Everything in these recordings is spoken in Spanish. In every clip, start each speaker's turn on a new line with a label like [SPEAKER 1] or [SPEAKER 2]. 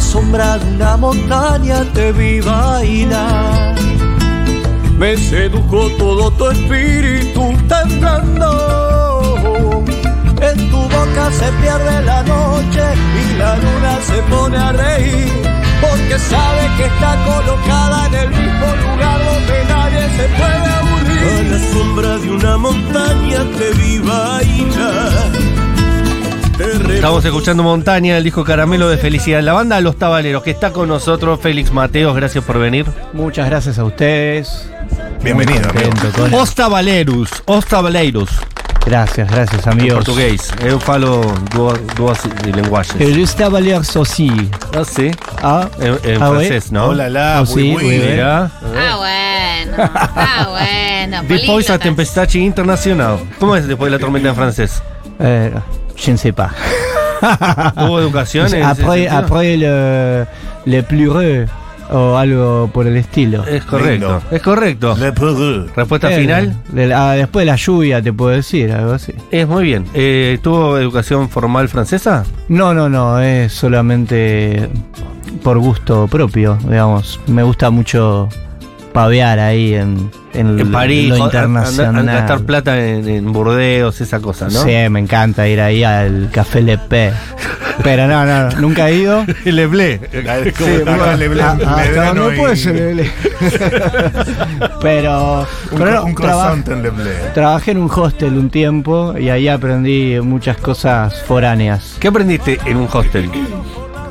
[SPEAKER 1] sombra de una montaña te vi bailar. Me sedujo todo tu espíritu temblando. En tu boca se pierde la noche y la luna se pone a reír. Porque sabe que está colocada en el mismo lugar donde nadie se puede aburrir.
[SPEAKER 2] A la sombra de una montaña te vi bailar.
[SPEAKER 3] Estamos escuchando Montaña, el disco Caramelo de Felicidad. La banda Los Tabaleros, que está con nosotros, Félix Mateos, gracias por venir.
[SPEAKER 4] Muchas gracias a ustedes. oh,
[SPEAKER 2] Bienvenido, amigo.
[SPEAKER 3] Os Tabalerus, Os Tabaleiros.
[SPEAKER 4] Gracias, gracias
[SPEAKER 3] En
[SPEAKER 4] amigos.
[SPEAKER 3] portugués, eu falo duas, duas linguagens.
[SPEAKER 4] El Estavaler Sosi.
[SPEAKER 3] Ah, sí,
[SPEAKER 4] Ah,
[SPEAKER 3] en, en
[SPEAKER 4] Ah,
[SPEAKER 3] francés, ¿no?
[SPEAKER 2] Hola, la,
[SPEAKER 4] Ah,
[SPEAKER 2] muy,
[SPEAKER 4] sí,
[SPEAKER 2] muy
[SPEAKER 4] muy bien.
[SPEAKER 3] Mirá.
[SPEAKER 5] Ah, bueno. Ah, bueno.
[SPEAKER 3] Depois a
[SPEAKER 5] políglota.
[SPEAKER 3] tempestade internacional. ¿Cómo es después de la tormenta en francés?
[SPEAKER 4] eh, je ne sais pas.
[SPEAKER 2] Ah,
[SPEAKER 3] ¿Hubo
[SPEAKER 2] pues,
[SPEAKER 3] educación? en ese
[SPEAKER 4] Après,
[SPEAKER 3] sentido?
[SPEAKER 4] après le, le pleureux o algo por el estilo.
[SPEAKER 3] Es correcto,
[SPEAKER 2] Lindo.
[SPEAKER 3] es correcto.
[SPEAKER 2] Le Peru.
[SPEAKER 3] Respuesta
[SPEAKER 4] Eh,
[SPEAKER 3] final.
[SPEAKER 4] de la- ah, después de la lluvia, te puedo decir, algo así.
[SPEAKER 3] Es muy bien. Eh, ¿Tuvo educación formal francesa?
[SPEAKER 4] No, no, no, es solamente por gusto propio, digamos. Me gusta mucho pavear ahí en,
[SPEAKER 3] En
[SPEAKER 4] en lo-
[SPEAKER 3] París,
[SPEAKER 4] lo
[SPEAKER 3] a- a-
[SPEAKER 4] internacional.
[SPEAKER 3] a- a gastar plata en, en Burdeos, esa cosa, ¿no?
[SPEAKER 4] Sí, me encanta ir ahí al Café Le P. Pero no, no, nunca he ido.
[SPEAKER 3] Le blé.
[SPEAKER 2] ¿Cómo está acá, Le Ble-
[SPEAKER 4] Ah, ah,
[SPEAKER 2] Lebrano
[SPEAKER 4] no
[SPEAKER 2] y-
[SPEAKER 4] puede
[SPEAKER 3] ¿eh?
[SPEAKER 4] ser eh, Le Ble. pero
[SPEAKER 2] Un,
[SPEAKER 4] pero no,
[SPEAKER 2] un
[SPEAKER 4] traba-
[SPEAKER 2] croissant en Le Ble.
[SPEAKER 4] trabajé en un hostel un tiempo y ahí aprendí muchas cosas foráneas.
[SPEAKER 3] ¿Qué aprendiste en un hostel?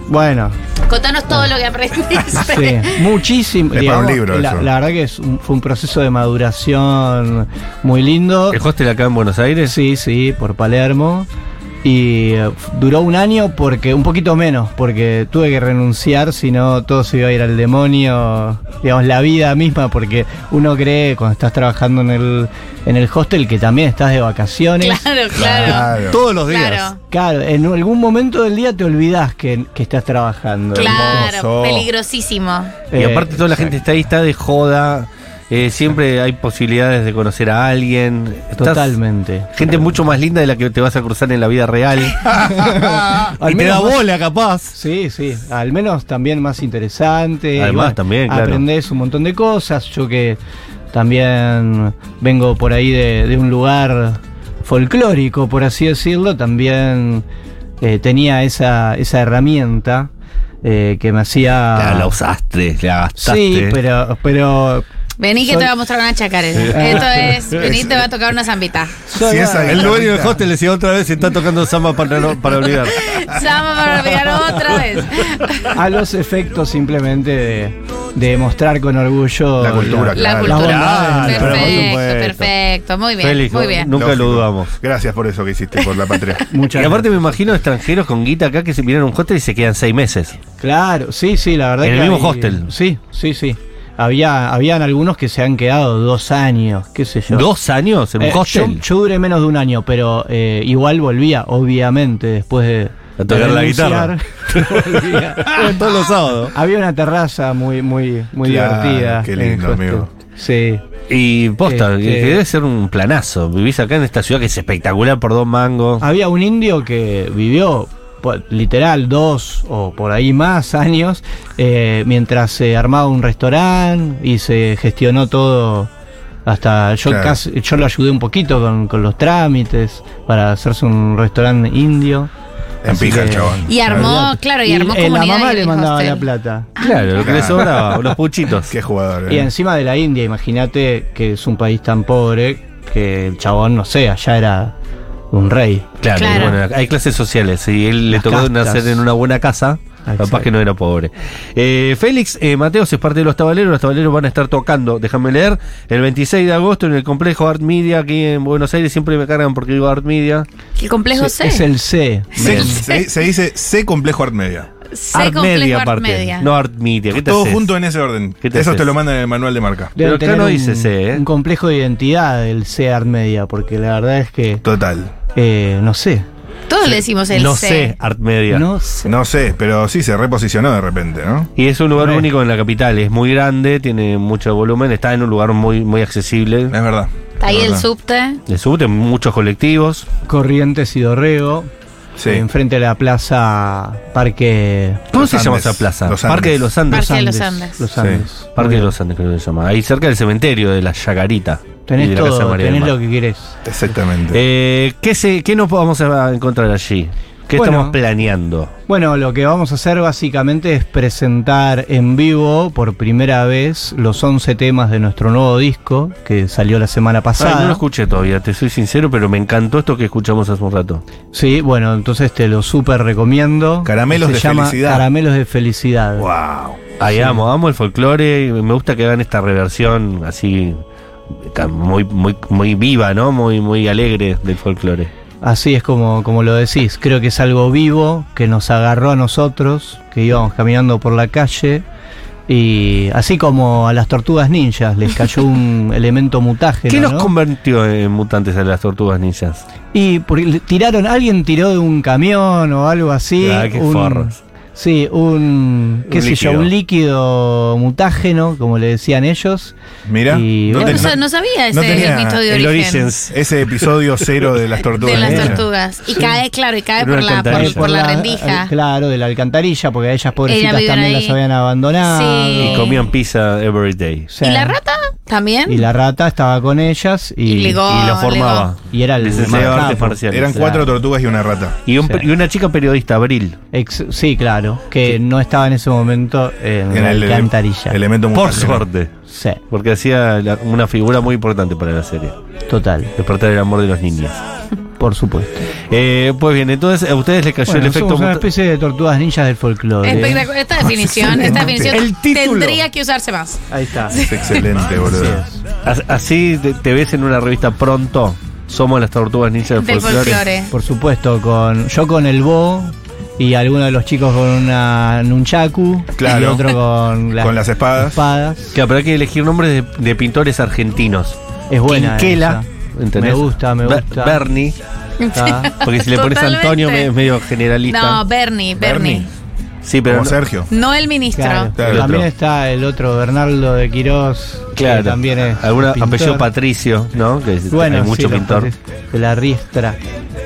[SPEAKER 4] Bueno,
[SPEAKER 5] Contanos todo lo que aprendiste.
[SPEAKER 4] sí, muchísimo.
[SPEAKER 2] Es para un libro
[SPEAKER 4] la,
[SPEAKER 2] eso.
[SPEAKER 4] la verdad que es un- fue un proceso de maduración muy lindo.
[SPEAKER 3] ¿El hostel acá en Buenos Aires?
[SPEAKER 4] Sí, sí, por Palermo. Y eh, f- duró un año porque, un poquito menos, porque tuve que renunciar, si no todo se iba a ir al demonio, digamos, la vida misma, porque uno cree cuando estás trabajando en el, en el hostel que también estás de vacaciones.
[SPEAKER 5] Claro, claro.
[SPEAKER 3] Todos los días.
[SPEAKER 5] Claro.
[SPEAKER 4] Claro, en algún momento del día te olvidás que, que estás trabajando.
[SPEAKER 5] Claro,
[SPEAKER 2] Hermoso.
[SPEAKER 5] peligrosísimo.
[SPEAKER 3] Y
[SPEAKER 4] Eh,
[SPEAKER 3] aparte toda la gente está ahí, está de joda. eh, siempre hay posibilidades de conocer a alguien. Estás-
[SPEAKER 4] Totalmente.
[SPEAKER 3] Gente mucho más linda de la que te vas a cruzar en la vida real.
[SPEAKER 4] Ah. Al
[SPEAKER 3] y te da
[SPEAKER 4] menos-
[SPEAKER 3] bola, capaz.
[SPEAKER 4] Sí, sí, al menos también más interesante.
[SPEAKER 3] Además,
[SPEAKER 4] Y
[SPEAKER 3] también, claro.
[SPEAKER 4] Aprendés un montón de cosas. Yo que también vengo por ahí de, de un lugar folclórico, por así decirlo, también eh, tenía esa, esa herramienta eh, que me hacía...
[SPEAKER 3] Ya la usaste, la gastaste.
[SPEAKER 4] sí, pero, pero
[SPEAKER 5] Vení que
[SPEAKER 4] Soy-
[SPEAKER 5] te voy a mostrar una chacarera. Esto es, vení te voy a tocar una zambita.
[SPEAKER 4] soy-
[SPEAKER 2] Si es ahí.
[SPEAKER 3] El dueño del hostel decía otra vez, se está tocando samba para, no- para olvidar.
[SPEAKER 5] Samba para olvidar otra vez.
[SPEAKER 4] a los efectos simplemente de, de mostrar con orgullo
[SPEAKER 2] La cultura,
[SPEAKER 5] La
[SPEAKER 2] Claro.
[SPEAKER 5] cultura.
[SPEAKER 2] Claro,
[SPEAKER 3] pero por
[SPEAKER 5] perfecto,
[SPEAKER 2] supuesto.
[SPEAKER 5] perfecto. Muy bien,
[SPEAKER 3] Félix,
[SPEAKER 5] muy bien.
[SPEAKER 3] nunca
[SPEAKER 2] Lógico.
[SPEAKER 3] lo dudamos.
[SPEAKER 2] Gracias por eso que hiciste por la patria.
[SPEAKER 4] Muchas
[SPEAKER 3] Y aparte me imagino extranjeros con guita acá que se miran un hostel y se quedan seis meses.
[SPEAKER 4] Claro, sí, sí, la verdad
[SPEAKER 3] En
[SPEAKER 4] que
[SPEAKER 3] el mismo
[SPEAKER 4] hay-
[SPEAKER 3] hostel.
[SPEAKER 4] Sí, sí, sí. Había, habían algunos que se han quedado dos años, qué sé yo.
[SPEAKER 3] ¿Dos años en un
[SPEAKER 4] Eh,
[SPEAKER 3] hostel?
[SPEAKER 4] Yo, yo duré menos de un año, pero eh, igual volvía, obviamente, después de.
[SPEAKER 3] A tocar
[SPEAKER 4] de
[SPEAKER 3] la
[SPEAKER 4] renunciar. Volvía.
[SPEAKER 3] Todos los sábados.
[SPEAKER 4] había una terraza muy, muy, muy
[SPEAKER 2] Claro,
[SPEAKER 4] divertida.
[SPEAKER 2] qué
[SPEAKER 4] en el
[SPEAKER 2] lindo,
[SPEAKER 4] hostel.
[SPEAKER 2] amigo.
[SPEAKER 4] Sí.
[SPEAKER 3] Y posta,
[SPEAKER 4] Este-
[SPEAKER 3] que debe ser un planazo. Vivís acá en esta ciudad que es espectacular por dos mangos.
[SPEAKER 4] Había un indio que vivió po- literal dos o por ahí más años eh, mientras se armaba un restaurante y se gestionó todo hasta yo
[SPEAKER 2] Claro.
[SPEAKER 4] casi- yo lo ayudé un poquito con, con los trámites para hacerse un restaurante indio
[SPEAKER 2] En
[SPEAKER 4] Así
[SPEAKER 2] pija el
[SPEAKER 4] que-
[SPEAKER 2] chabón.
[SPEAKER 5] Y armó, claro, y armó
[SPEAKER 4] eh, la
[SPEAKER 5] comunidad
[SPEAKER 4] mamá
[SPEAKER 5] en
[SPEAKER 4] le
[SPEAKER 5] el
[SPEAKER 4] mandaba
[SPEAKER 5] hostel.
[SPEAKER 4] la plata
[SPEAKER 3] Claro, lo que le
[SPEAKER 2] Claro.
[SPEAKER 3] sobraba, los puchitos.
[SPEAKER 2] Qué jugador.
[SPEAKER 4] y
[SPEAKER 2] eh.
[SPEAKER 4] encima de la India imagínate que es un país tan pobre que el chabón no sé allá era un rey
[SPEAKER 3] Claro,
[SPEAKER 5] Claro.
[SPEAKER 3] y bueno, hay clases sociales. Y él le
[SPEAKER 4] Las
[SPEAKER 3] tocó
[SPEAKER 4] castas. Ah,
[SPEAKER 3] nacer en una buena casa. Capaz
[SPEAKER 4] Exacto.
[SPEAKER 3] que no era pobre. Eh, Félix eh, Mateos es parte de los tabaleros. Los tabaleros van a estar tocando, déjame leer, el 26 de agosto en el complejo Art Media aquí en Buenos Aires. Siempre me cargan porque digo Art Media.
[SPEAKER 5] El complejo
[SPEAKER 4] Se-
[SPEAKER 5] C.
[SPEAKER 4] es el C
[SPEAKER 2] Se, se- se dice C complejo art media.
[SPEAKER 5] C
[SPEAKER 3] Art
[SPEAKER 5] complejo
[SPEAKER 3] Media,
[SPEAKER 5] Art
[SPEAKER 3] aparte.
[SPEAKER 5] Media.
[SPEAKER 3] No Art Media. ¿Qué te
[SPEAKER 2] Todo
[SPEAKER 3] haces?
[SPEAKER 2] junto en ese orden.
[SPEAKER 3] ¿Qué te
[SPEAKER 2] eso
[SPEAKER 3] haces?
[SPEAKER 2] te lo mandan en el manual de marca.
[SPEAKER 3] Pero
[SPEAKER 4] Deben
[SPEAKER 3] acá
[SPEAKER 4] tener
[SPEAKER 3] no
[SPEAKER 4] un,
[SPEAKER 3] dice C, ¿eh?
[SPEAKER 4] un complejo de identidad el C Art Media, porque la verdad es que
[SPEAKER 2] Total.
[SPEAKER 4] eh, no sé.
[SPEAKER 5] Todos le decimos el
[SPEAKER 3] no
[SPEAKER 5] C.
[SPEAKER 3] sé, Art Media.
[SPEAKER 4] No sé.
[SPEAKER 2] No sé, pero sí se reposicionó de repente, ¿no?
[SPEAKER 3] Y es un lugar
[SPEAKER 4] Re.
[SPEAKER 3] único en la capital, es muy grande, tiene mucho volumen, está en un lugar muy, muy accesible.
[SPEAKER 2] Es
[SPEAKER 4] Ah.
[SPEAKER 2] verdad.
[SPEAKER 5] Está ahí
[SPEAKER 2] Es
[SPEAKER 5] el
[SPEAKER 2] verdad.
[SPEAKER 5] subte.
[SPEAKER 3] Le subten muchos colectivos.
[SPEAKER 4] Corrientes y Dorrego.
[SPEAKER 6] Sí.
[SPEAKER 4] enfrente de la plaza Parque
[SPEAKER 3] ¿Cómo
[SPEAKER 6] Los
[SPEAKER 3] se llama
[SPEAKER 6] Andes.
[SPEAKER 3] esa plaza?
[SPEAKER 6] Los Andes.
[SPEAKER 3] Parque de los Andes.
[SPEAKER 5] Parque de los Andes.
[SPEAKER 4] Los
[SPEAKER 6] Sí.
[SPEAKER 4] Andes.
[SPEAKER 3] Parque de los Andes creo que se llama. Ahí cerca del cementerio de la Yagarita. y
[SPEAKER 4] Tenés
[SPEAKER 3] de la Casa de
[SPEAKER 4] todo,
[SPEAKER 3] María del
[SPEAKER 4] tenés
[SPEAKER 3] Mar.
[SPEAKER 4] lo que querés.
[SPEAKER 6] Exactamente.
[SPEAKER 3] Eh, ¿qué, se- ¿Qué nos vamos a encontrar allí? ¿Qué
[SPEAKER 4] Bueno.
[SPEAKER 3] estamos planeando?
[SPEAKER 4] Bueno, lo que vamos a hacer básicamente es presentar en vivo por primera vez los 11 temas de nuestro nuevo disco que salió la semana
[SPEAKER 3] Ay,
[SPEAKER 4] pasada.
[SPEAKER 3] no lo escuché todavía, te soy sincero, pero me encantó esto que escuchamos hace un rato.
[SPEAKER 4] Sí, bueno, entonces te lo súper recomiendo.
[SPEAKER 6] Caramelos
[SPEAKER 4] Se
[SPEAKER 6] de
[SPEAKER 4] llama
[SPEAKER 6] felicidad.
[SPEAKER 4] Caramelos de felicidad.
[SPEAKER 6] Wow.
[SPEAKER 3] Ahí amo, amo el folclore, y me gusta que hagan esta reversión así tan muy muy muy viva, ¿no? Muy muy alegre del folclore.
[SPEAKER 4] Así es como, como lo decís. Creo que es algo vivo que nos agarró a nosotros, que íbamos caminando por la calle. Y así como a las tortugas ninjas les cayó un elemento mutágeno.
[SPEAKER 3] ¿Qué nos
[SPEAKER 4] ¿no?
[SPEAKER 3] convirtió en mutantes a las tortugas ninjas?
[SPEAKER 4] Y porque le tiraron, alguien tiró de un camión o algo así.
[SPEAKER 3] Ah, qué
[SPEAKER 4] un,
[SPEAKER 3] forros.
[SPEAKER 4] Sí, un, qué
[SPEAKER 3] Un
[SPEAKER 4] sé yo,
[SPEAKER 3] líquido.
[SPEAKER 4] un líquido mutágeno, como le decían ellos.
[SPEAKER 6] Mira.
[SPEAKER 4] Y
[SPEAKER 5] Yo
[SPEAKER 4] bueno.
[SPEAKER 5] no,
[SPEAKER 6] tenía-
[SPEAKER 5] sa- no sabía ese
[SPEAKER 6] no tenía
[SPEAKER 5] mito de
[SPEAKER 3] el
[SPEAKER 5] origen.
[SPEAKER 3] Origins.
[SPEAKER 6] Ese episodio cero de las tortugas.
[SPEAKER 5] De las
[SPEAKER 6] ninja.
[SPEAKER 5] tortugas. Y cae, claro, y cae
[SPEAKER 3] Era
[SPEAKER 5] por
[SPEAKER 3] una
[SPEAKER 5] la, por,
[SPEAKER 3] alcantarilla.
[SPEAKER 5] por la
[SPEAKER 4] eh,
[SPEAKER 5] rendija.
[SPEAKER 4] Claro, de la alcantarilla, porque a ellas pobrecitas
[SPEAKER 5] vivían
[SPEAKER 4] también
[SPEAKER 5] ahí.
[SPEAKER 4] las habían abandonado.
[SPEAKER 5] Sí.
[SPEAKER 3] Y comían pizza every day.
[SPEAKER 4] Sí.
[SPEAKER 5] ¿Y la rata? ¿También?
[SPEAKER 4] Y la rata estaba con ellas y,
[SPEAKER 5] Y ligó.
[SPEAKER 3] y lo
[SPEAKER 5] Ah,
[SPEAKER 3] formaba.
[SPEAKER 4] y era el
[SPEAKER 3] Les enseñaba
[SPEAKER 4] más
[SPEAKER 3] artes
[SPEAKER 4] capo.
[SPEAKER 3] marciales.
[SPEAKER 6] Eran cuatro tortugas y una rata.
[SPEAKER 3] Y, un-
[SPEAKER 4] Sí.
[SPEAKER 3] y una chica periodista, Abril.
[SPEAKER 4] Ex- sí, claro, que no estaba en ese momento en,
[SPEAKER 6] Era
[SPEAKER 4] la
[SPEAKER 6] el ele-
[SPEAKER 4] alcantarilla.
[SPEAKER 6] Elemento
[SPEAKER 3] Por
[SPEAKER 6] mutágeno.
[SPEAKER 3] suerte.
[SPEAKER 4] sí,
[SPEAKER 3] Porque hacía la- una figura muy importante para la serie.
[SPEAKER 4] total,
[SPEAKER 3] Despertar el amor de los niños.
[SPEAKER 4] por supuesto.
[SPEAKER 3] Eh, pues bien, entonces a ustedes les cayó
[SPEAKER 4] Bueno,
[SPEAKER 3] el efecto
[SPEAKER 4] somos una
[SPEAKER 3] muta-
[SPEAKER 4] especie de tortugas ninjas del folclore. ¿eh?
[SPEAKER 5] Espectacular. Esta definición, esta definición
[SPEAKER 3] El título.
[SPEAKER 5] tendría que usarse más.
[SPEAKER 4] Ahí está.
[SPEAKER 6] Es excelente,
[SPEAKER 4] Así
[SPEAKER 6] boludo.
[SPEAKER 4] es.
[SPEAKER 3] As- Así te, te ves en una revista pronto. Somos las tortugas ninja del
[SPEAKER 5] Del
[SPEAKER 3] folclore.
[SPEAKER 5] folclore.
[SPEAKER 4] Por supuesto, con yo con el bo y alguno de los chicos con una nunchaku
[SPEAKER 6] Claro.
[SPEAKER 4] y otro con las,
[SPEAKER 6] Con las espadas.
[SPEAKER 4] espadas.
[SPEAKER 3] Claro, pero hay que elegir nombres de, de pintores argentinos.
[SPEAKER 4] Es buena.
[SPEAKER 3] Quinquela.
[SPEAKER 4] esa.
[SPEAKER 3] ¿entendés?
[SPEAKER 4] Me gusta, me
[SPEAKER 3] Ber-
[SPEAKER 4] gusta. Ah.
[SPEAKER 3] Bernie. Ah,
[SPEAKER 4] Está.
[SPEAKER 3] Porque si le pones
[SPEAKER 5] Totalmente.
[SPEAKER 3] Antonio me- es medio generalista.
[SPEAKER 5] No, Bernie, Bernie.
[SPEAKER 3] Sí, pero
[SPEAKER 6] Como
[SPEAKER 3] no-
[SPEAKER 6] Sergio.
[SPEAKER 5] No el ministro.
[SPEAKER 4] Claro.
[SPEAKER 6] Claro, el
[SPEAKER 4] También
[SPEAKER 3] otro.
[SPEAKER 4] está el otro Bernardo de Quirós,
[SPEAKER 3] Claro.
[SPEAKER 4] que también es
[SPEAKER 3] Alguna-
[SPEAKER 4] pintor.
[SPEAKER 3] apellido Patricio, ¿no? Que es-
[SPEAKER 4] Bueno,
[SPEAKER 3] hay
[SPEAKER 4] sí,
[SPEAKER 3] mucho
[SPEAKER 4] los
[SPEAKER 3] pintor.
[SPEAKER 4] Patric- de la Riestra.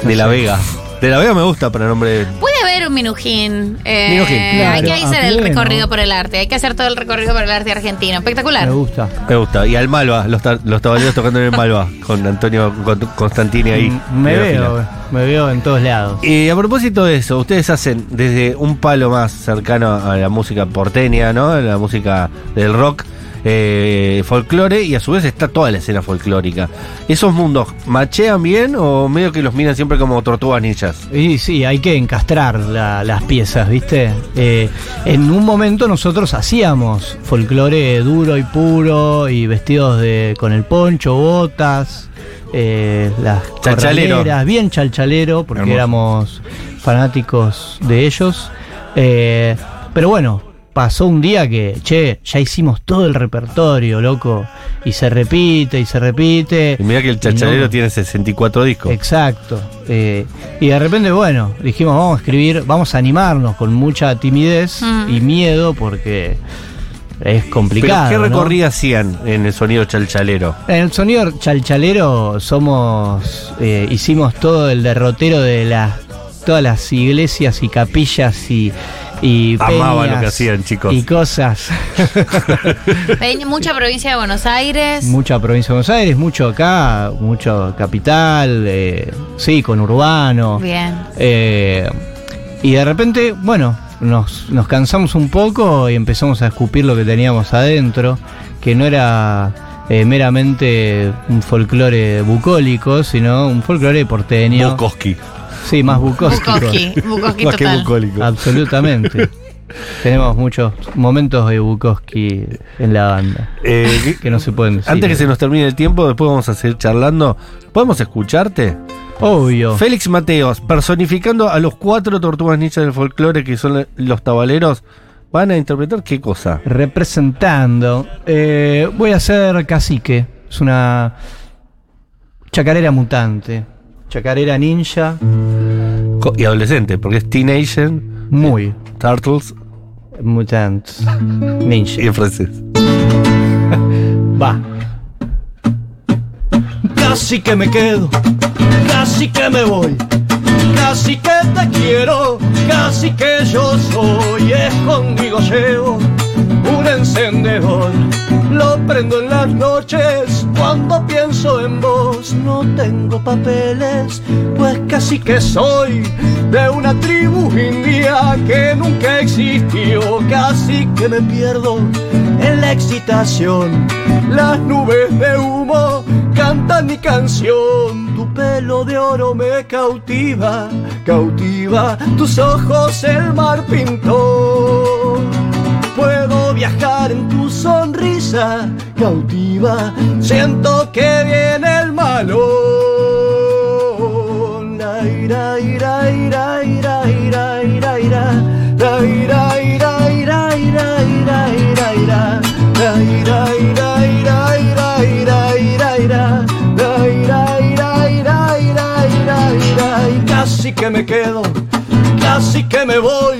[SPEAKER 3] De la Vega. De la Vega me gusta para nombre.
[SPEAKER 5] Puede haber un Minujín. eh,
[SPEAKER 3] Minujín,
[SPEAKER 5] Hay que
[SPEAKER 4] claro.
[SPEAKER 5] hacer
[SPEAKER 4] A
[SPEAKER 5] el
[SPEAKER 4] pleno.
[SPEAKER 5] recorrido por el arte. Hay que hacer todo el recorrido por el arte argentino. Espectacular.
[SPEAKER 4] Me gusta.
[SPEAKER 3] Me gusta. Y al Malva, los, ta- los tabaleros tocando en el Malva, con Antonio con- Constantini ahí.
[SPEAKER 4] Mm, Me
[SPEAKER 3] de la
[SPEAKER 4] veo,
[SPEAKER 3] fila.
[SPEAKER 4] me veo en todos lados.
[SPEAKER 3] Y a propósito de eso, ustedes hacen desde un palo más cercano a la música porteña, ¿no? La música del rock, eh, folclore, y a su vez está toda la escena folclórica. ¿Esos mundos machean bien o medio que los miran siempre como tortugas ninjas?
[SPEAKER 4] Y sí, hay que encastrar la- las piezas, ¿viste? Eh, en un momento nosotros hacíamos folclore duro y puro y vestidos de con el poncho, botas, eh, las
[SPEAKER 3] Chalchalero.
[SPEAKER 4] corraleras, bien chalchalero, porque
[SPEAKER 6] Hermoso.
[SPEAKER 4] éramos fanáticos de ellos. Eh, pero bueno, pasó un día que, che, ya hicimos todo el repertorio, loco, y se repite y se repite.
[SPEAKER 3] Y mira que el
[SPEAKER 4] Y
[SPEAKER 3] chachalero
[SPEAKER 4] no-
[SPEAKER 3] tiene 64 discos.
[SPEAKER 4] Exacto. eh, y de repente, bueno, dijimos, vamos a escribir, vamos a animarnos con mucha timidez
[SPEAKER 5] Mm.
[SPEAKER 4] y miedo porque es complicado.
[SPEAKER 3] ¿Pero qué
[SPEAKER 4] ¿no?
[SPEAKER 3] recorrida hacían en el sonido chalchalero?
[SPEAKER 4] En el sonido chalchalero somos, eh, hicimos todo el derrotero de las todas las iglesias y capillas y, y
[SPEAKER 3] Amaba
[SPEAKER 4] peñas
[SPEAKER 3] lo que hacían, chicos.
[SPEAKER 4] Y cosas.
[SPEAKER 5] Hay mucha provincia de Buenos Aires.
[SPEAKER 4] Mucha provincia de Buenos Aires, mucho acá, mucho capital, eh, sí, con urbano.
[SPEAKER 5] Bien.
[SPEAKER 4] Eh, y de repente, bueno, nos, nos cansamos un poco y empezamos a escupir lo que teníamos adentro, que no era eh, meramente un folclore bucólico, sino un folclore porteño.
[SPEAKER 3] Bukowski.
[SPEAKER 4] Sí, más bucóstico.
[SPEAKER 5] Bukowski. Bukowski
[SPEAKER 3] Más que
[SPEAKER 5] total.
[SPEAKER 3] bucólico.
[SPEAKER 4] Ah, Absolutamente. Tenemos muchos momentos de Bukowski en la banda
[SPEAKER 3] Eh, que-
[SPEAKER 4] que no se pueden decir.
[SPEAKER 3] antes que se nos termine el tiempo, después vamos a seguir charlando. ¿Podemos escucharte?
[SPEAKER 4] Obvio.
[SPEAKER 3] Félix Mateos, personificando a los cuatro tortugas ninjas del folclore que son los tabaleros, van a interpretar qué cosa.
[SPEAKER 4] representando. eh, voy a hacer Cacique. Es una chacarera mutante. Chacarera ninja.
[SPEAKER 3] Co- Y adolescente, porque es Teenager,
[SPEAKER 4] Muy
[SPEAKER 3] Turtles
[SPEAKER 4] mutante.
[SPEAKER 3] y
[SPEAKER 4] Ninja.
[SPEAKER 3] en francés.
[SPEAKER 4] Va. Casi que me quedo. Casi que me voy.
[SPEAKER 1] Casi que te quiero, casi que yo soy, es conmigo llevo un encendedor. Lo prendo en las noches cuando pienso en vos. No tengo papeles, pues casi que soy de una tribu india que nunca existió. Casi que me pierdo en la excitación. Las nubes de humo cantan mi canción. Tu pelo de oro me cautiva, cautiva. Tus ojos el mar pintó. Puedo viajar en tu sonrisa cautiva. Siento que viene el malón. Ay, ra, ay, ra, ay, ra, ay, ra, ay, ra, ay, ra, ay, ra. Ra, ay, ra, ay, ra, ay, ra, ay, ra, ay, ra, ay, ra, ay, ra. Ra, ay, ra, ay, ra, ay, ra, ay, ra, ay, ra, ay, ra, ay, ra. Ra, ay, ra, ay, ra, ay, ra, ay, ra, ay, ra, ay, ra. Y Casi que me quedo, casi que me voy.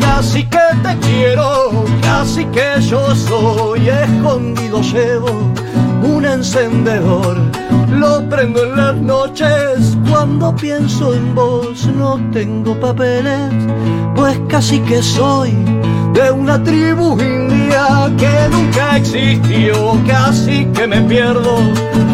[SPEAKER 1] Casi que te quiero, casi que yo soy escondido llevo un encendedor. Lo prendo en las noches cuando pienso en vos. No tengo papeles, pues casi que soy de una tribu india que nunca existió. Casi que me pierdo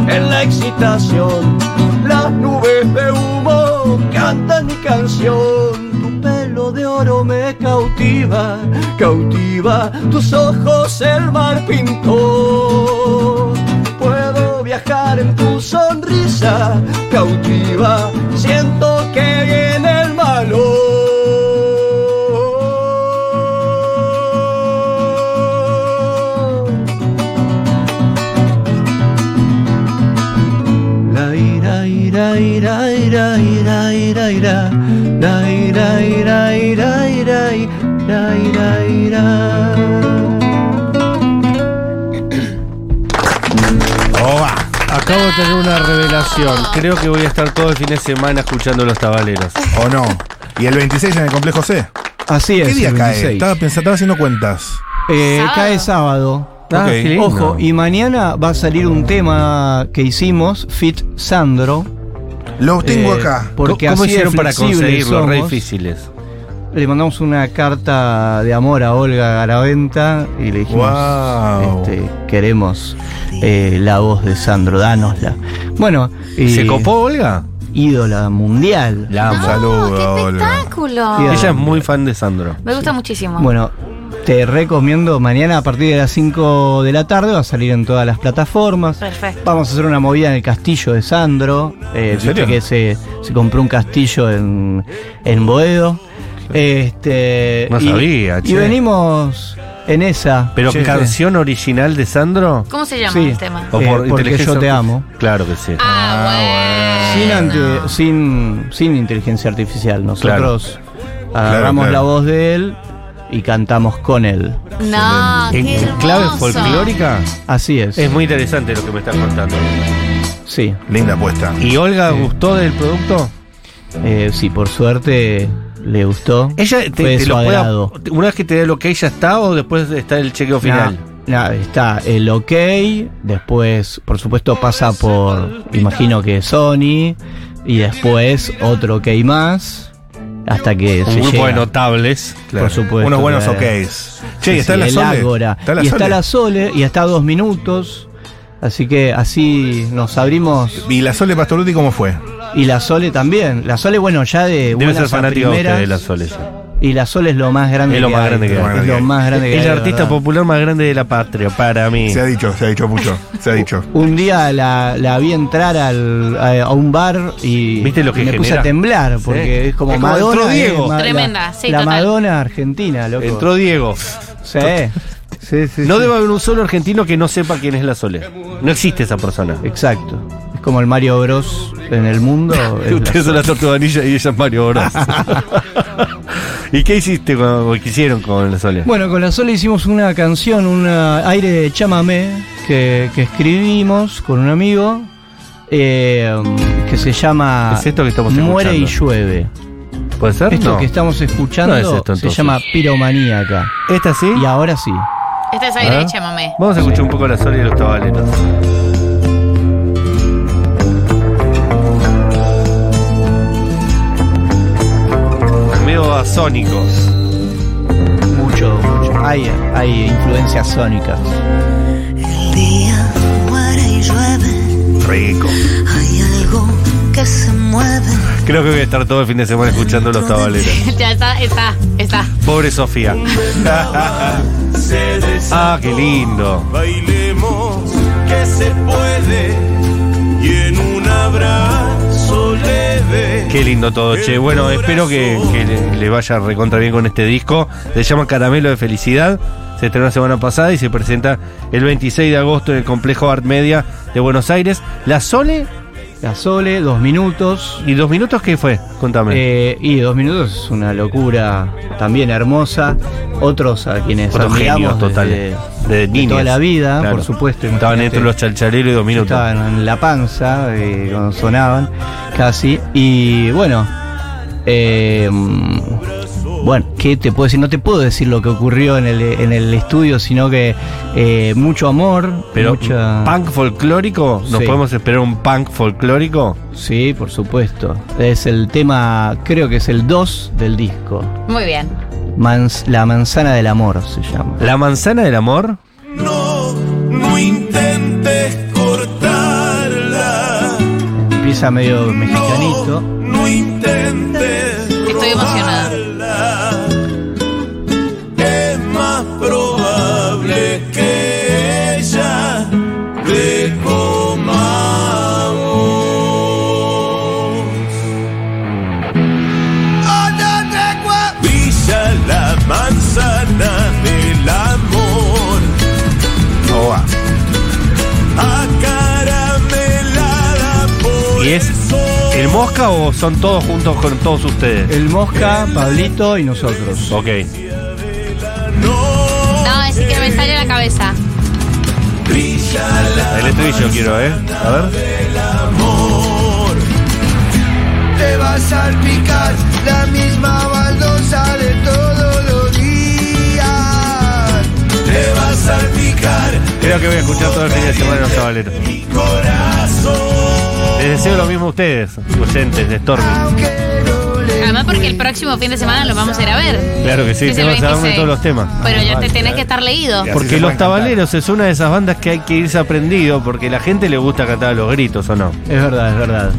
[SPEAKER 1] en la excitación. Las nubes de humo cantan mi canción. Tu pelo de oro me cautiva, cautiva, tus ojos el mar pintó. Puedo viajar en tu sonrisa, cautiva, siento que viene el malo. La ira, ira, ira, ira, ira, ira, ira. La ira, ira, ira, ira, ira, ira, ira.
[SPEAKER 6] Oba.
[SPEAKER 3] Acabo de tener una revelación. Creo que voy a estar todo el fin de semana escuchando los tabaleros.
[SPEAKER 6] ¿O no? Y el 26 en el complejo C.
[SPEAKER 4] Así es.
[SPEAKER 6] ¿Qué día
[SPEAKER 4] el
[SPEAKER 6] cae?
[SPEAKER 4] 26.
[SPEAKER 6] Estaba, pensando, estaba haciendo cuentas.
[SPEAKER 4] Eh,
[SPEAKER 5] Sábado.
[SPEAKER 4] Cae sábado.
[SPEAKER 3] Ah,
[SPEAKER 6] Ok.
[SPEAKER 3] qué lindo.
[SPEAKER 4] Ojo, y mañana va a salir un tema que hicimos, Fit Sandro.
[SPEAKER 6] Lo tengo
[SPEAKER 4] Eh,
[SPEAKER 6] acá.
[SPEAKER 4] Porque
[SPEAKER 3] ¿Cómo
[SPEAKER 4] así de
[SPEAKER 3] hicieron para
[SPEAKER 4] flexibles
[SPEAKER 3] conseguirlo? Re
[SPEAKER 4] somos.
[SPEAKER 3] difíciles.
[SPEAKER 4] Le mandamos una carta de amor a Olga Garaventa y le dijimos,
[SPEAKER 6] Guau.
[SPEAKER 4] este, queremos eh, la voz de Sandro, danosla. Bueno, y-
[SPEAKER 3] ¿Se copó Olga?
[SPEAKER 4] ídola mundial.
[SPEAKER 3] La
[SPEAKER 6] Un
[SPEAKER 3] amo.
[SPEAKER 6] saludo
[SPEAKER 5] Ah, ¡Qué
[SPEAKER 6] a Olga.
[SPEAKER 5] espectáculo!
[SPEAKER 4] Y
[SPEAKER 3] Ella es muy fan de Sandro.
[SPEAKER 5] Me gusta muchísimo.
[SPEAKER 4] Bueno, te recomiendo mañana a partir de las 5 de la tarde, va a salir en todas las plataformas.
[SPEAKER 5] Perfecto.
[SPEAKER 4] Vamos a hacer una movida en el castillo de Sandro. Eh,
[SPEAKER 6] ¿En
[SPEAKER 4] viste
[SPEAKER 6] serio?
[SPEAKER 4] que se, se compró un castillo en, en Boedo. Este,
[SPEAKER 3] No
[SPEAKER 4] y-
[SPEAKER 3] sabía,
[SPEAKER 4] Y
[SPEAKER 3] che.
[SPEAKER 4] venimos en esa.
[SPEAKER 3] Pero
[SPEAKER 6] Che,
[SPEAKER 3] canción original de Sandro
[SPEAKER 5] ¿Cómo se llama
[SPEAKER 4] Sí.
[SPEAKER 5] el tema?
[SPEAKER 4] Eh, porque yo te
[SPEAKER 3] artificial?
[SPEAKER 4] amo.
[SPEAKER 3] Claro que sí.
[SPEAKER 5] Ah,
[SPEAKER 4] Sin,
[SPEAKER 5] bueno.
[SPEAKER 4] ante- sin, sin inteligencia artificial. Nosotros agarramos
[SPEAKER 6] claro.
[SPEAKER 4] la voz de él y cantamos con él.
[SPEAKER 5] No,
[SPEAKER 3] ¿En
[SPEAKER 5] qué
[SPEAKER 3] en clave
[SPEAKER 5] hermoso.
[SPEAKER 3] folclórica?
[SPEAKER 4] Así es.
[SPEAKER 3] Es muy interesante lo que me estás contando.
[SPEAKER 4] sí.
[SPEAKER 6] Linda apuesta.
[SPEAKER 3] ¿Y Olga gustó del producto?
[SPEAKER 4] Eh, sí, por suerte le gustó.
[SPEAKER 3] Ella te,
[SPEAKER 4] Fue de
[SPEAKER 3] te
[SPEAKER 4] su
[SPEAKER 3] lo puede-
[SPEAKER 4] agrado.
[SPEAKER 3] una vez que te dé lo que ella está o después está el chequeo final.
[SPEAKER 4] Nah, nah, está el OK, después, por supuesto, pasa por, imagino que Sony, y después otro OK más, hasta que
[SPEAKER 3] Un
[SPEAKER 4] se
[SPEAKER 3] grupo
[SPEAKER 4] llega.
[SPEAKER 3] de notables.
[SPEAKER 6] Claro.
[SPEAKER 4] por supuesto,
[SPEAKER 6] Unos buenos
[SPEAKER 4] claro.
[SPEAKER 6] OKs. Che,
[SPEAKER 4] Sí,
[SPEAKER 6] y está
[SPEAKER 4] sí,
[SPEAKER 6] la
[SPEAKER 4] el
[SPEAKER 6] Sole.
[SPEAKER 4] Ágora.
[SPEAKER 6] Está la
[SPEAKER 4] y está
[SPEAKER 6] Sole.
[SPEAKER 4] la Sole, y hasta dos minutos. Así que así nos abrimos.
[SPEAKER 6] ¿Y la Sole Pastoruti cómo fue?
[SPEAKER 4] Y la Sole también. La Sole, bueno, ya de.
[SPEAKER 3] Debe
[SPEAKER 4] buenas
[SPEAKER 3] ser
[SPEAKER 4] a
[SPEAKER 3] fanática usted
[SPEAKER 4] primeras,
[SPEAKER 3] de la Sole. ya.
[SPEAKER 4] Y la Sole es lo más grande
[SPEAKER 3] Es lo
[SPEAKER 4] que
[SPEAKER 3] más
[SPEAKER 4] hay.
[SPEAKER 3] grande que hay.
[SPEAKER 4] Es lo más grande que
[SPEAKER 3] Es
[SPEAKER 4] hay,
[SPEAKER 3] la
[SPEAKER 4] de
[SPEAKER 3] artista
[SPEAKER 4] verdad.
[SPEAKER 3] popular más grande de la patria, para mí.
[SPEAKER 6] Se ha dicho, se ha dicho mucho. Se ha dicho.
[SPEAKER 4] Un día la, la vi entrar al- a, a un bar y
[SPEAKER 3] ¿Viste lo que
[SPEAKER 4] me puse
[SPEAKER 3] genera?
[SPEAKER 4] a temblar porque
[SPEAKER 3] Sí.
[SPEAKER 4] es como
[SPEAKER 3] Es como
[SPEAKER 4] Madonna.
[SPEAKER 3] entró
[SPEAKER 4] es
[SPEAKER 3] Diego.
[SPEAKER 4] ma- la-
[SPEAKER 5] Tremenda, sí,
[SPEAKER 4] La
[SPEAKER 5] total.
[SPEAKER 4] Madonna argentina, loco.
[SPEAKER 3] Entró Diego.
[SPEAKER 4] Sí. Sí, sí,
[SPEAKER 3] No
[SPEAKER 4] sí.
[SPEAKER 3] debe haber un solo argentino que no sepa quién es la Sole. No existe esa persona.
[SPEAKER 4] Exacto. Es como el Mario Bros en el mundo. es la-
[SPEAKER 3] Ustedes son la tortuga ninja y ella es Mario Bros. ¿Y qué hiciste con, o qué hicieron con la Sole?
[SPEAKER 4] Bueno, con la Sole hicimos una canción, un ah, aire de chamamé que, que escribimos con un amigo eh, que se llama
[SPEAKER 3] ¿Es esto que estamos
[SPEAKER 4] Muere y
[SPEAKER 3] escuchando?
[SPEAKER 4] llueve.
[SPEAKER 3] ¿Puede ser?
[SPEAKER 4] Esto
[SPEAKER 3] No.
[SPEAKER 4] que estamos escuchando
[SPEAKER 3] No es esto,
[SPEAKER 4] se
[SPEAKER 3] entonces.
[SPEAKER 4] llama piromaníaca.
[SPEAKER 3] ¿Esta sí?
[SPEAKER 4] Y ahora sí.
[SPEAKER 5] Esta Este es aire
[SPEAKER 3] Ah.
[SPEAKER 5] de chamamé.
[SPEAKER 3] Vamos a escuchar un poco la Sole y los tabaleros. basónicos.
[SPEAKER 4] Mucho, mucho. Hay, hay influencias sónicas.
[SPEAKER 7] Día muere y llueve,
[SPEAKER 6] Rico.
[SPEAKER 7] hay algo que se mueve.
[SPEAKER 3] Creo que voy a estar todo el fin de semana escuchando los tabaleros.
[SPEAKER 5] Ya está, está, está.
[SPEAKER 3] Pobre Sofía.
[SPEAKER 2] Se
[SPEAKER 3] Ah, qué lindo.
[SPEAKER 2] Bailemos que se puede y en un abrazo leve.
[SPEAKER 3] Qué lindo todo, che. Bueno, espero que, que le, le vaya recontra bien con este disco. Se llama Caramelo de Felicidad. Se estrenó la semana pasada y se presenta el 26 de agosto en el complejo Art Media de Buenos Aires. La Sole
[SPEAKER 4] La Sole, dos minutos.
[SPEAKER 3] y dos minutos, ¿qué fue? Contame.
[SPEAKER 4] Eh, y dos minutos es una locura también hermosa. Otros a quienes
[SPEAKER 3] Otros
[SPEAKER 4] admiramos
[SPEAKER 3] genios totales.
[SPEAKER 4] desde-
[SPEAKER 3] De,
[SPEAKER 4] de
[SPEAKER 3] niños.
[SPEAKER 4] toda la vida,
[SPEAKER 3] Claro.
[SPEAKER 4] por supuesto.
[SPEAKER 3] Estaban
[SPEAKER 4] imagínate.
[SPEAKER 3] dentro los chalchaleros y dos minutos.
[SPEAKER 4] Estaban en la panza eh, cuando sonaban casi. Y bueno, eh, mm, bueno, ¿qué te puedo decir? No te puedo decir lo que ocurrió en el, en el estudio, sino que eh, mucho amor,
[SPEAKER 3] Pero
[SPEAKER 4] mucha.
[SPEAKER 3] punk folclórico, nos
[SPEAKER 4] Sí.
[SPEAKER 3] podemos esperar un punk folclórico.
[SPEAKER 4] Sí, por supuesto. Es el tema, creo que es el 2 del disco.
[SPEAKER 5] Muy bien.
[SPEAKER 4] Mans- la manzana del amor se llama.
[SPEAKER 3] La manzana del amor.
[SPEAKER 2] No, no intentes cortarla.
[SPEAKER 4] Empieza medio
[SPEAKER 2] No,
[SPEAKER 4] mexicanito.
[SPEAKER 2] no intentes
[SPEAKER 5] Estoy emocionada.
[SPEAKER 2] robarla. Es más probable que ella te coma a vos. Brilla la manzana del amor
[SPEAKER 6] No va.
[SPEAKER 2] acaramelada por
[SPEAKER 3] ¿Y es
[SPEAKER 2] el sol.
[SPEAKER 3] el mosca o son todos juntos con todos ustedes?
[SPEAKER 4] El Mosca, Pablito y nosotros.
[SPEAKER 3] Ok.
[SPEAKER 5] No, es que me sale la cabeza.
[SPEAKER 3] El estribillo quiero, ¿eh? A ver.
[SPEAKER 1] te va a salpicar la misma baldosa de todos los días.
[SPEAKER 2] Te va a salpicar
[SPEAKER 3] Creo que voy a escuchar todo el fin de semana los tabaleros.
[SPEAKER 2] mi corazón.
[SPEAKER 3] Les deseo lo mismo a ustedes, oyentes de Stormy.
[SPEAKER 1] Aunque no le
[SPEAKER 5] Además porque el próximo fin de semana lo vamos a ir a ver.
[SPEAKER 3] Claro que sí,
[SPEAKER 5] Es el
[SPEAKER 3] tenemos que saberme
[SPEAKER 5] 26.
[SPEAKER 3] todos los temas.
[SPEAKER 5] Pero ya te tenés que estar leído.
[SPEAKER 6] Ya.
[SPEAKER 3] Porque
[SPEAKER 6] se
[SPEAKER 3] Los
[SPEAKER 6] pueden cantar.
[SPEAKER 3] Tabaleros es una de esas bandas que hay que irse aprendido porque la gente le gusta cantar a los gritos, ¿o no?
[SPEAKER 4] Es verdad, es verdad.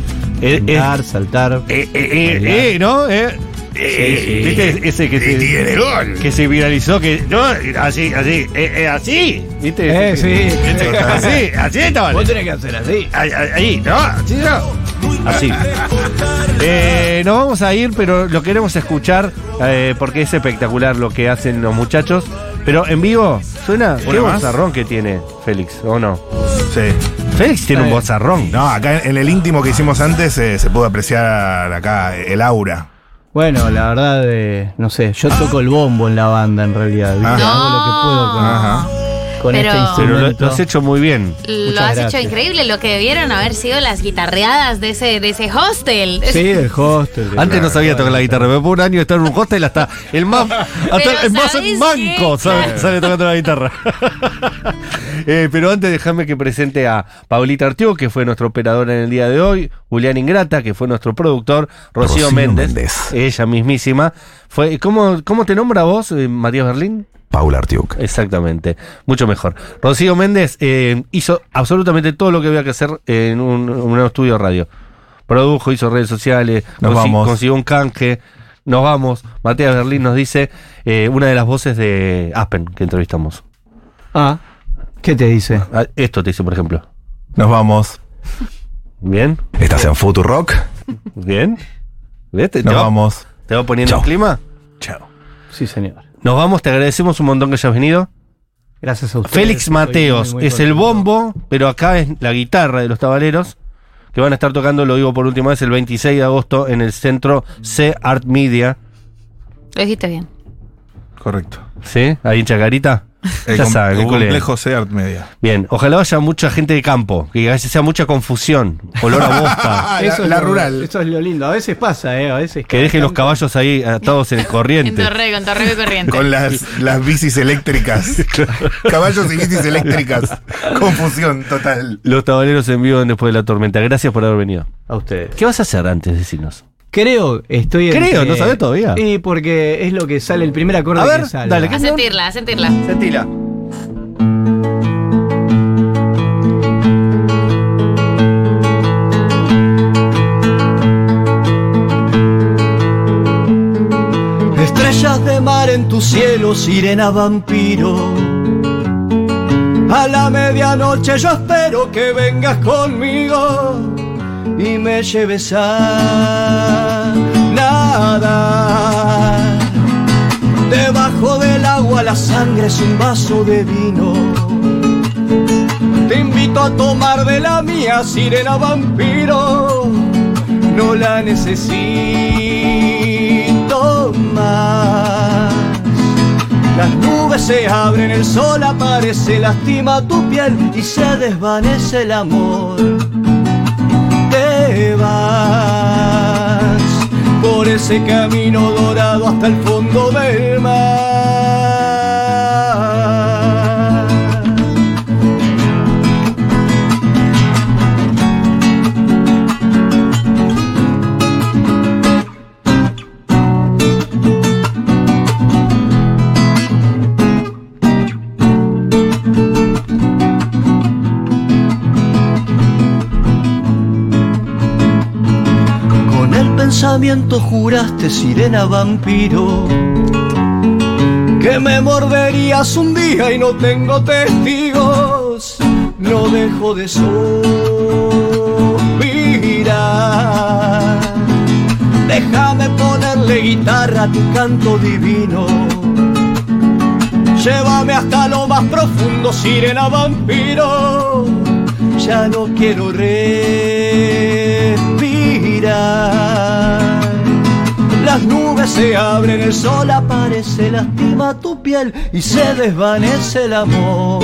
[SPEAKER 3] Eh,
[SPEAKER 4] Cantar, saltar.
[SPEAKER 3] Eh, eh, eh, eh, ¿no? Eh, eh,
[SPEAKER 4] sí.
[SPEAKER 3] ¿Viste ese que se, que se viralizó? Que, ¿no? Así, así, eh, eh, así. ¿Viste?
[SPEAKER 4] Eh, sí.
[SPEAKER 3] Este, así, así estaba.
[SPEAKER 4] tenés que hacer así.
[SPEAKER 3] Ahí, ahí, ahí, ¿no? Así, ¿no? Así. Eh, nos vamos a ir, pero lo queremos escuchar eh, porque es espectacular lo que hacen los muchachos. Pero en vivo, ¿suena? ¿Qué
[SPEAKER 6] ¿Una más?
[SPEAKER 3] bozarrón que tiene Félix, o no?
[SPEAKER 6] Sí.
[SPEAKER 3] Félix tiene un
[SPEAKER 4] Eh.
[SPEAKER 3] bozarrón.
[SPEAKER 6] No, acá en el íntimo que hicimos antes eh, se pudo apreciar acá el aura.
[SPEAKER 4] Bueno, la verdad, eh, no sé, yo toco el bombo en la banda en realidad. ¿viste?
[SPEAKER 6] Ajá.
[SPEAKER 4] Hago lo que puedo con,
[SPEAKER 6] Ajá.
[SPEAKER 4] con
[SPEAKER 5] Pero-
[SPEAKER 4] este
[SPEAKER 3] Pero
[SPEAKER 4] instrumento.
[SPEAKER 3] lo, lo has hecho muy bien.
[SPEAKER 5] Lo
[SPEAKER 4] Muchas
[SPEAKER 5] has hecho
[SPEAKER 4] gracias.
[SPEAKER 5] increíble, lo que debieron haber sido las guitarreadas de ese, de ese hostel.
[SPEAKER 4] Sí, del hostel. de-
[SPEAKER 3] Antes no sabía tocar la guitarra, pero por un año estar en un hostel hasta el más, hasta el más
[SPEAKER 5] ¿sabés
[SPEAKER 3] manco
[SPEAKER 5] qué?
[SPEAKER 3] sabe-
[SPEAKER 5] Claro.
[SPEAKER 3] sale tocando la guitarra. Eh, pero antes déjame que presente a Paulita Artió, que fue nuestro operador en el día de hoy, Julián Ingrata, que fue nuestro productor, Rocío,
[SPEAKER 6] Rocío
[SPEAKER 3] Méndez,
[SPEAKER 6] Méndez.
[SPEAKER 3] ella mismísima. Fue, ¿cómo, ¿Cómo te nombra vos, eh, Matías Berlín?
[SPEAKER 6] Paula Artiuk.
[SPEAKER 3] Exactamente, mucho mejor. Rocío Méndez eh, hizo absolutamente todo lo que había que hacer en un, un nuevo estudio de radio. Produjo, hizo redes sociales,
[SPEAKER 6] Nos vamos.
[SPEAKER 3] consiguió un canje. Nos vamos. Matías Berlín nos dice eh, una de las voces de Aspen que entrevistamos.
[SPEAKER 4] Ah, ¿qué te dice?
[SPEAKER 3] Ah, Esto te dice, por ejemplo.
[SPEAKER 6] Nos vamos.
[SPEAKER 3] ¿Bien?
[SPEAKER 6] Estás en Futurock.
[SPEAKER 3] ¿Bien? ¿Ves? ¿Te, te
[SPEAKER 6] Nos
[SPEAKER 3] va-
[SPEAKER 6] vamos.
[SPEAKER 3] ¿Te va poniendo
[SPEAKER 6] Chao.
[SPEAKER 3] el clima?
[SPEAKER 6] Chao.
[SPEAKER 4] Sí, señor.
[SPEAKER 3] Nos vamos, te agradecemos un montón que hayas venido.
[SPEAKER 4] Gracias a ustedes.
[SPEAKER 3] Ah, Félix
[SPEAKER 4] Estoy muy,
[SPEAKER 3] Mateos
[SPEAKER 4] muy
[SPEAKER 3] es el
[SPEAKER 4] contento.
[SPEAKER 3] bombo, pero acá es la guitarra de los tabaleros, que van a estar tocando, lo digo por última vez, el 26 de agosto en el centro C Art Media,
[SPEAKER 5] Lo dijiste bien.
[SPEAKER 6] Correcto.
[SPEAKER 3] ¿sí? Ahí en Chacarita.
[SPEAKER 6] El,
[SPEAKER 3] ya
[SPEAKER 6] com-
[SPEAKER 3] saben,
[SPEAKER 6] el
[SPEAKER 3] googleen.
[SPEAKER 6] complejo C Art Media.
[SPEAKER 3] Bien, ojalá haya mucha gente de campo, que haya- sea mucha confusión, olor a bosta,
[SPEAKER 6] Ah, la-
[SPEAKER 4] es
[SPEAKER 6] la
[SPEAKER 4] lo-
[SPEAKER 6] rural.
[SPEAKER 4] Eso es lo lindo. A veces pasa, ¿eh? A veces.
[SPEAKER 3] que dejen los caballos ahí atados en el
[SPEAKER 5] En
[SPEAKER 3] corriente.
[SPEAKER 5] Torrego, en Torrego y Corriente.
[SPEAKER 6] Con las, las bicis eléctricas. Caballos y bicis eléctricas. Confusión total.
[SPEAKER 3] Los tabaleros en vivo en después de la tormenta. Gracias por haber venido.
[SPEAKER 4] A ustedes.
[SPEAKER 3] ¿Qué vas a hacer antes, de decirnos?
[SPEAKER 4] Creo, estoy en
[SPEAKER 3] Creo,
[SPEAKER 4] que-
[SPEAKER 3] ¿no sabés todavía?
[SPEAKER 4] Y porque es lo que sale, el primer acorde
[SPEAKER 3] A ver,
[SPEAKER 4] que sale.
[SPEAKER 3] dale,
[SPEAKER 5] A
[SPEAKER 3] ¿qué-
[SPEAKER 5] sentirla, a sentirla.
[SPEAKER 3] Sentila.
[SPEAKER 4] Estrellas de mar en tu cielo, sirena vampiro. A la medianoche yo espero que vengas conmigo y me lleves a nada. Debajo del agua la sangre es un vaso de vino. Te invito a tomar de la mía, sirena vampiro. No la necesito más. Las nubes se abren, el sol aparece, lastima tu piel y se desvanece el amor. Te vas por ese camino dorado hasta el fondo del mar. Con el pensamiento juraste, sirena vampiro, que me morderías un día y no tengo testigos. No dejo de suspirar. Déjame ponerle guitarra a tu canto divino. Llévame hasta lo más profundo, sirena vampiro. Ya no quiero respirar. Las nubes se abren, el sol aparece, lastima tu piel y se desvanece el amor.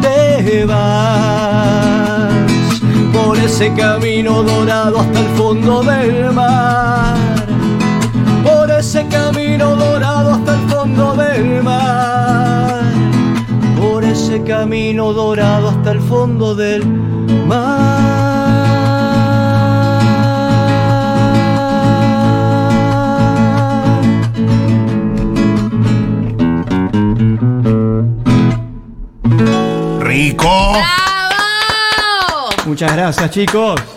[SPEAKER 4] Te vas por ese camino dorado hasta el fondo del mar por ese camino dorado hasta el fondo del mar, por ese camino dorado hasta el fondo del mar.
[SPEAKER 6] ¡Rico!
[SPEAKER 5] ¡Bravo!
[SPEAKER 4] Muchas gracias chicos.